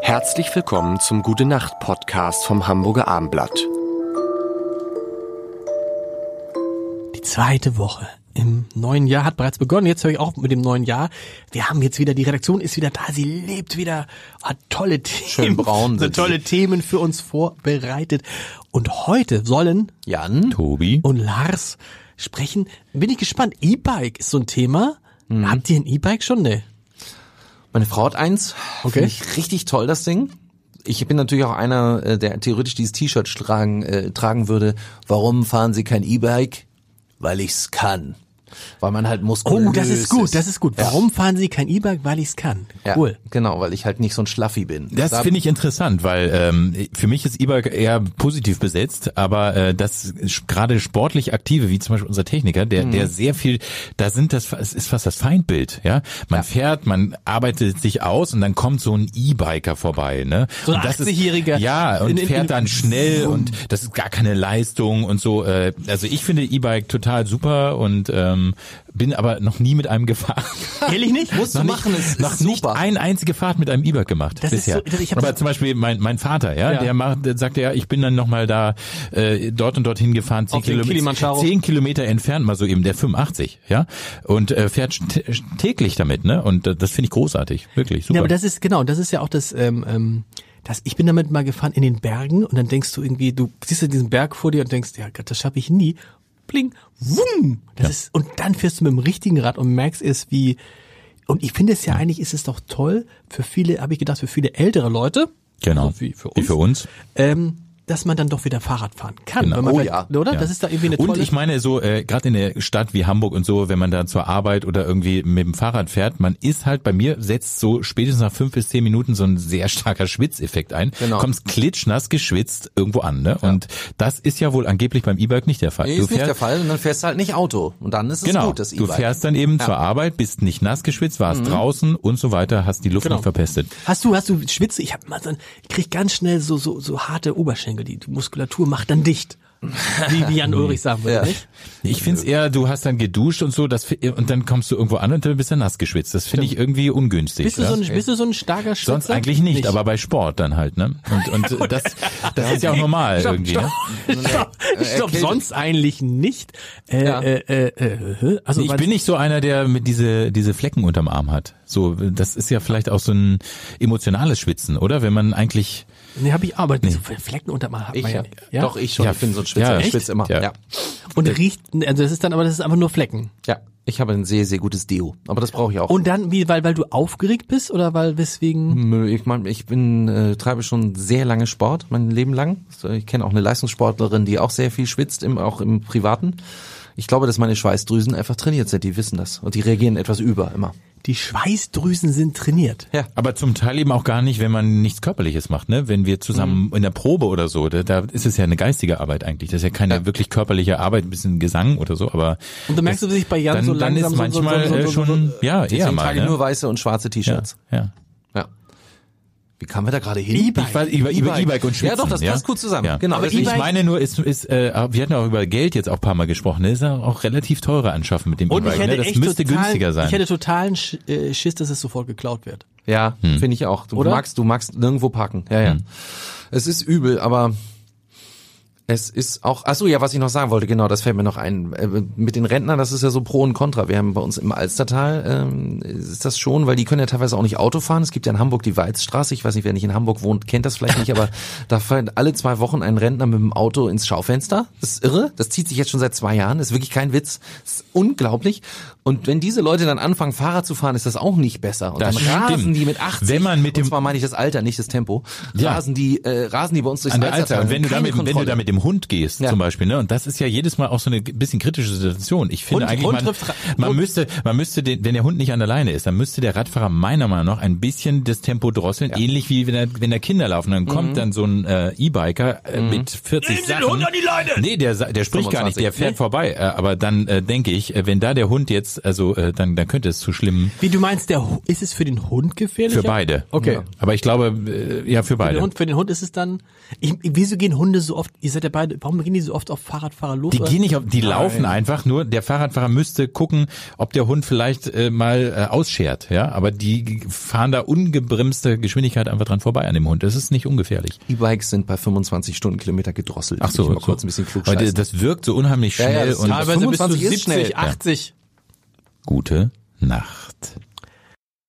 Herzlich willkommen zum Gute Nacht Podcast vom Hamburger Armblatt. Die zweite Woche im neuen Jahr hat bereits begonnen. Jetzt höre ich auch mit dem neuen Jahr. Wir haben jetzt wieder, die Redaktion ist wieder da, sie lebt wieder, hat tolle Themen, Schön braun so sind tolle Themen für uns vorbereitet. Und heute sollen Jan, Tobi, und Lars sprechen. Bin ich gespannt. E-Bike ist so ein Thema. Mhm. Habt ihr ein E-Bike schon? Nee. meine Frau hat eins. Okay. Finde ich richtig toll, das Ding. Ich bin natürlich auch einer, äh, der theoretisch dieses T-Shirt tragen, äh, tragen würde. Warum fahren Sie kein E-Bike? Weil ich's kann. Weil man halt muskulös Oh, das ist gut, das ist gut. Warum fahren sie kein E-Bike? Weil ich es kann. Ja, Cool. Genau, weil ich halt nicht so ein Schlaffi bin. Das finde ich interessant, weil ähm, für mich ist E-Bike eher positiv besetzt, aber äh, das sch- gerade sportlich aktive, wie zum Beispiel unser Techniker, der, Mhm. der sehr viel, da sind das, es ist fast das Feindbild, ja. Man fährt, man arbeitet sich aus und dann kommt so ein E-Biker vorbei, ne? So ein Und das ist- 80-Jähriger Ja, und in- in- in- fährt dann schnell und das ist gar keine Leistung und so. Äh, also ich finde E-Bike total super und ähm, bin aber noch nie mit einem gefahren. Ehrlich nicht? Musst du noch machen, es noch ist nicht super. eine einzige Fahrt mit einem E-Bike gemacht Das ist bisher. so- ich hab Aber das- zum Beispiel mein, mein Vater, ja, Ja. der macht, der sagt ja, ich bin dann nochmal da äh, dort und dorthin gefahren, zehn Auf den Kilimanjaro. Kilometer, zehn Kilometer entfernt, mal so eben der 85, ja, und äh, fährt st- täglich damit, ne? Und äh, das finde ich großartig, wirklich super. Ja, aber das ist genau, das ist ja auch das, ähm, ähm, das, ich bin damit mal gefahren in den Bergen und dann denkst du irgendwie, du siehst ja diesen Berg vor dir und denkst, ja Gott, das schaffe ich nie. Bling, wumm. Das ist, und dann fährst du mit dem richtigen Rad und merkst es wie, und ich finde es ja eigentlich, ist es doch toll, für viele, habe ich gedacht, für viele ältere Leute, genau. also wie für uns, Wie für uns. Ähm, dass man dann doch wieder Fahrrad fahren kann. Genau. Wenn man Oh vielleicht- ja. Oder? Ja. Ne, Das ist da irgendwie eine tolle... Und ich meine so, äh, gerade in der Stadt wie Hamburg und so, wenn man da zur Arbeit oder irgendwie mit dem Fahrrad fährt, man ist halt bei mir, setzt so spätestens nach fünf bis zehn Minuten so ein sehr starker Schwitzeffekt ein. Genau. Kommst klitschnass geschwitzt irgendwo an, ne? Und das ist ja wohl angeblich beim E-Bike nicht der Fall. Nee, Du ist nicht fährst- der Fall. Und dann fährst du halt nicht Auto. Und dann ist es Genau, gut, das du E-Bike. fährst dann eben zur Arbeit, bist nicht nass geschwitzt, warst draußen und so weiter, hast die Luft Mhm. Genau. nicht verpestet. Hast du, hast du Schwitze? Ich hab mal so, ein- ich krieg ganz schnell so, so, so harte Oberschenkel. Die, die Muskulatur macht dann dicht. Wie, wie Jan Ulrich sagen würde, Ja. nicht? Ich find's eher, du hast dann geduscht und so, das, fi- und dann kommst du irgendwo an und dann bist du nass geschwitzt. Das finde ich irgendwie ungünstig. ne? Bist du, ja? so ein, bist du so ein starker Schwitzer? Sonst eigentlich nicht, aber bei Sport dann halt, ne? Und, und das, das ist ja auch normal Stopp, irgendwie, stopp, stopp. ne? Ich glaube, Äh, Erkältet. sonst eigentlich nicht. Äh, Ja. äh, äh, äh, äh, also Ich weil- bin nicht so einer, der mit diese, diese Flecken unterm Arm hat. So, das ist ja vielleicht auch so ein emotionales Schwitzen, oder? Wenn man eigentlich, Nee, hab ich aber so viele Flecken unter meinem Ich, ja. nicht. Doch, ich schon. Ja, ich bin so ein Schwitzer. ja, ich echt? schwitze immer. Ja. Ja. Und riecht, also das ist dann, aber das ist einfach nur Flecken. ja. Ich habe ein sehr, sehr gutes Deo. Aber das brauche ich auch. Und dann, wie, weil, weil du aufgeregt bist oder weil weswegen? Hm. Nö, Ich meine, ich bin äh, treibe schon sehr lange Sport, mein Leben lang. So, Ich kenne auch eine Leistungssportlerin, die auch sehr viel schwitzt, im, auch im Privaten. Ich glaube, dass meine Schweißdrüsen einfach trainiert sind. Die wissen das und die reagieren etwas über immer. Die Schweißdrüsen sind trainiert. Ja, aber zum Teil eben auch gar nicht, wenn man nichts Körperliches macht, ne? Wenn wir zusammen Mhm. in der Probe oder so, da, da ist es ja eine geistige Arbeit eigentlich. Das ist ja keine wirklich körperliche Arbeit, ein bisschen Gesang oder so, aber. Und du merkst, dass ich bei Jan dann, so dann ist langsam so- so- so- manchmal so- äh, so- so- schon, ja, deswegen eher mal, trage ich nur ne? weiße und schwarze Ja, T-Shirts. ja. Ja. Wie kamen wir da gerade hin? E-Bike. Ich weiß, über über E-Bike. E-Bike und Schwitzen. Ja, doch, das passt gut zusammen. Genau, Aber deswegen- ich meine nur, ist, ist, äh, wir hatten auch über Geld jetzt auch ein paar Mal gesprochen. Das ist ja auch relativ teure Anschaffen mit dem Und ich E-Bike. hätte Ne? Das echt müsste total, günstiger sein. Ich hätte totalen Sch äh, Schiss, dass es sofort geklaut wird. Ja, hm. finde ich auch. Du Oder? magst, du magst nirgendwo parken. Ja, ja. Es ist übel, aber es ist auch. Ach so, ja, was ich noch sagen wollte, genau, das fällt mir noch ein. Äh, Mit den Rentnern, das ist ja so pro und contra. Wir haben bei uns im Alstertal ähm, ist das schon, weil die können ja teilweise auch nicht Auto fahren. Es gibt ja in Hamburg die Weizstraße. Ich weiß nicht, wer nicht in Hamburg wohnt, kennt das vielleicht nicht, aber da fährt alle zwei Wochen ein Rentner mit dem Auto ins Schaufenster. Das ist irre. Das zieht sich jetzt schon seit zwei Jahren. Das ist wirklich kein Witz. Das ist unglaublich. Und wenn diese Leute dann anfangen, Fahrrad zu fahren, ist das auch nicht besser. Und Das dann rasen stimmt. die mit 80. Wenn man mit und dem- zwar meine ich das Alter, nicht das Tempo. Ja. Rasen die, äh, rasen die bei uns durchs an der Alster. Alstertal. Und wenn du, Keine damit, wenn du Kontrolle. da mit dem Hund gehst, Ja. zum Beispiel, ne? Und das ist ja jedes Mal auch so eine g- bisschen kritische Situation. Ich finde Hund- eigentlich, Hund man, trifft Ra- man Hund- müsste, man müsste den, wenn der Hund nicht an der Leine ist, dann müsste der Radfahrer meiner Meinung nach ein bisschen das Tempo drosseln, ähnlich wie wenn, er, wenn der Kinder laufen. Dann Mhm. kommt dann so ein äh, E-Biker äh, mit 40 Nehmen Sachen. Den Hund an die Leine! Nee, der, sa- der spricht gar nicht, 25, der fährt vorbei. Äh, aber dann äh, denke ich, äh, wenn da der Hund jetzt, also äh, dann, dann könnte es zu schlimm Wie du meinst, der Hu- ist es für den Hund gefährlich? für beide. Okay. Ja. Aber ich glaube, äh, ja, für Für den, beide. Hund, für den Hund ist es dann. Ich, wieso gehen Hunde so oft? Ihr seid seid ihr beide, warum gehen die so oft auf Fahrradfahrer los? Die gehen nicht auf, die laufen einfach nur. Der Fahrradfahrer müsste gucken, ob der Hund vielleicht äh, mal äh, ausschert, ja. Aber die g- fahren da ungebremste Geschwindigkeit einfach dran vorbei an dem Hund. Das ist nicht ungefährlich. E-Bikes sind bei 25 Stundenkilometer gedrosselt. Ach so, Will ich mal so. kurz ein bisschen klug Weil die- scheißen. das wirkt so unheimlich Ja, ja, schnell das ist und total- Teilweise bist du 25 ist 70, schnell. 80. gute Nacht.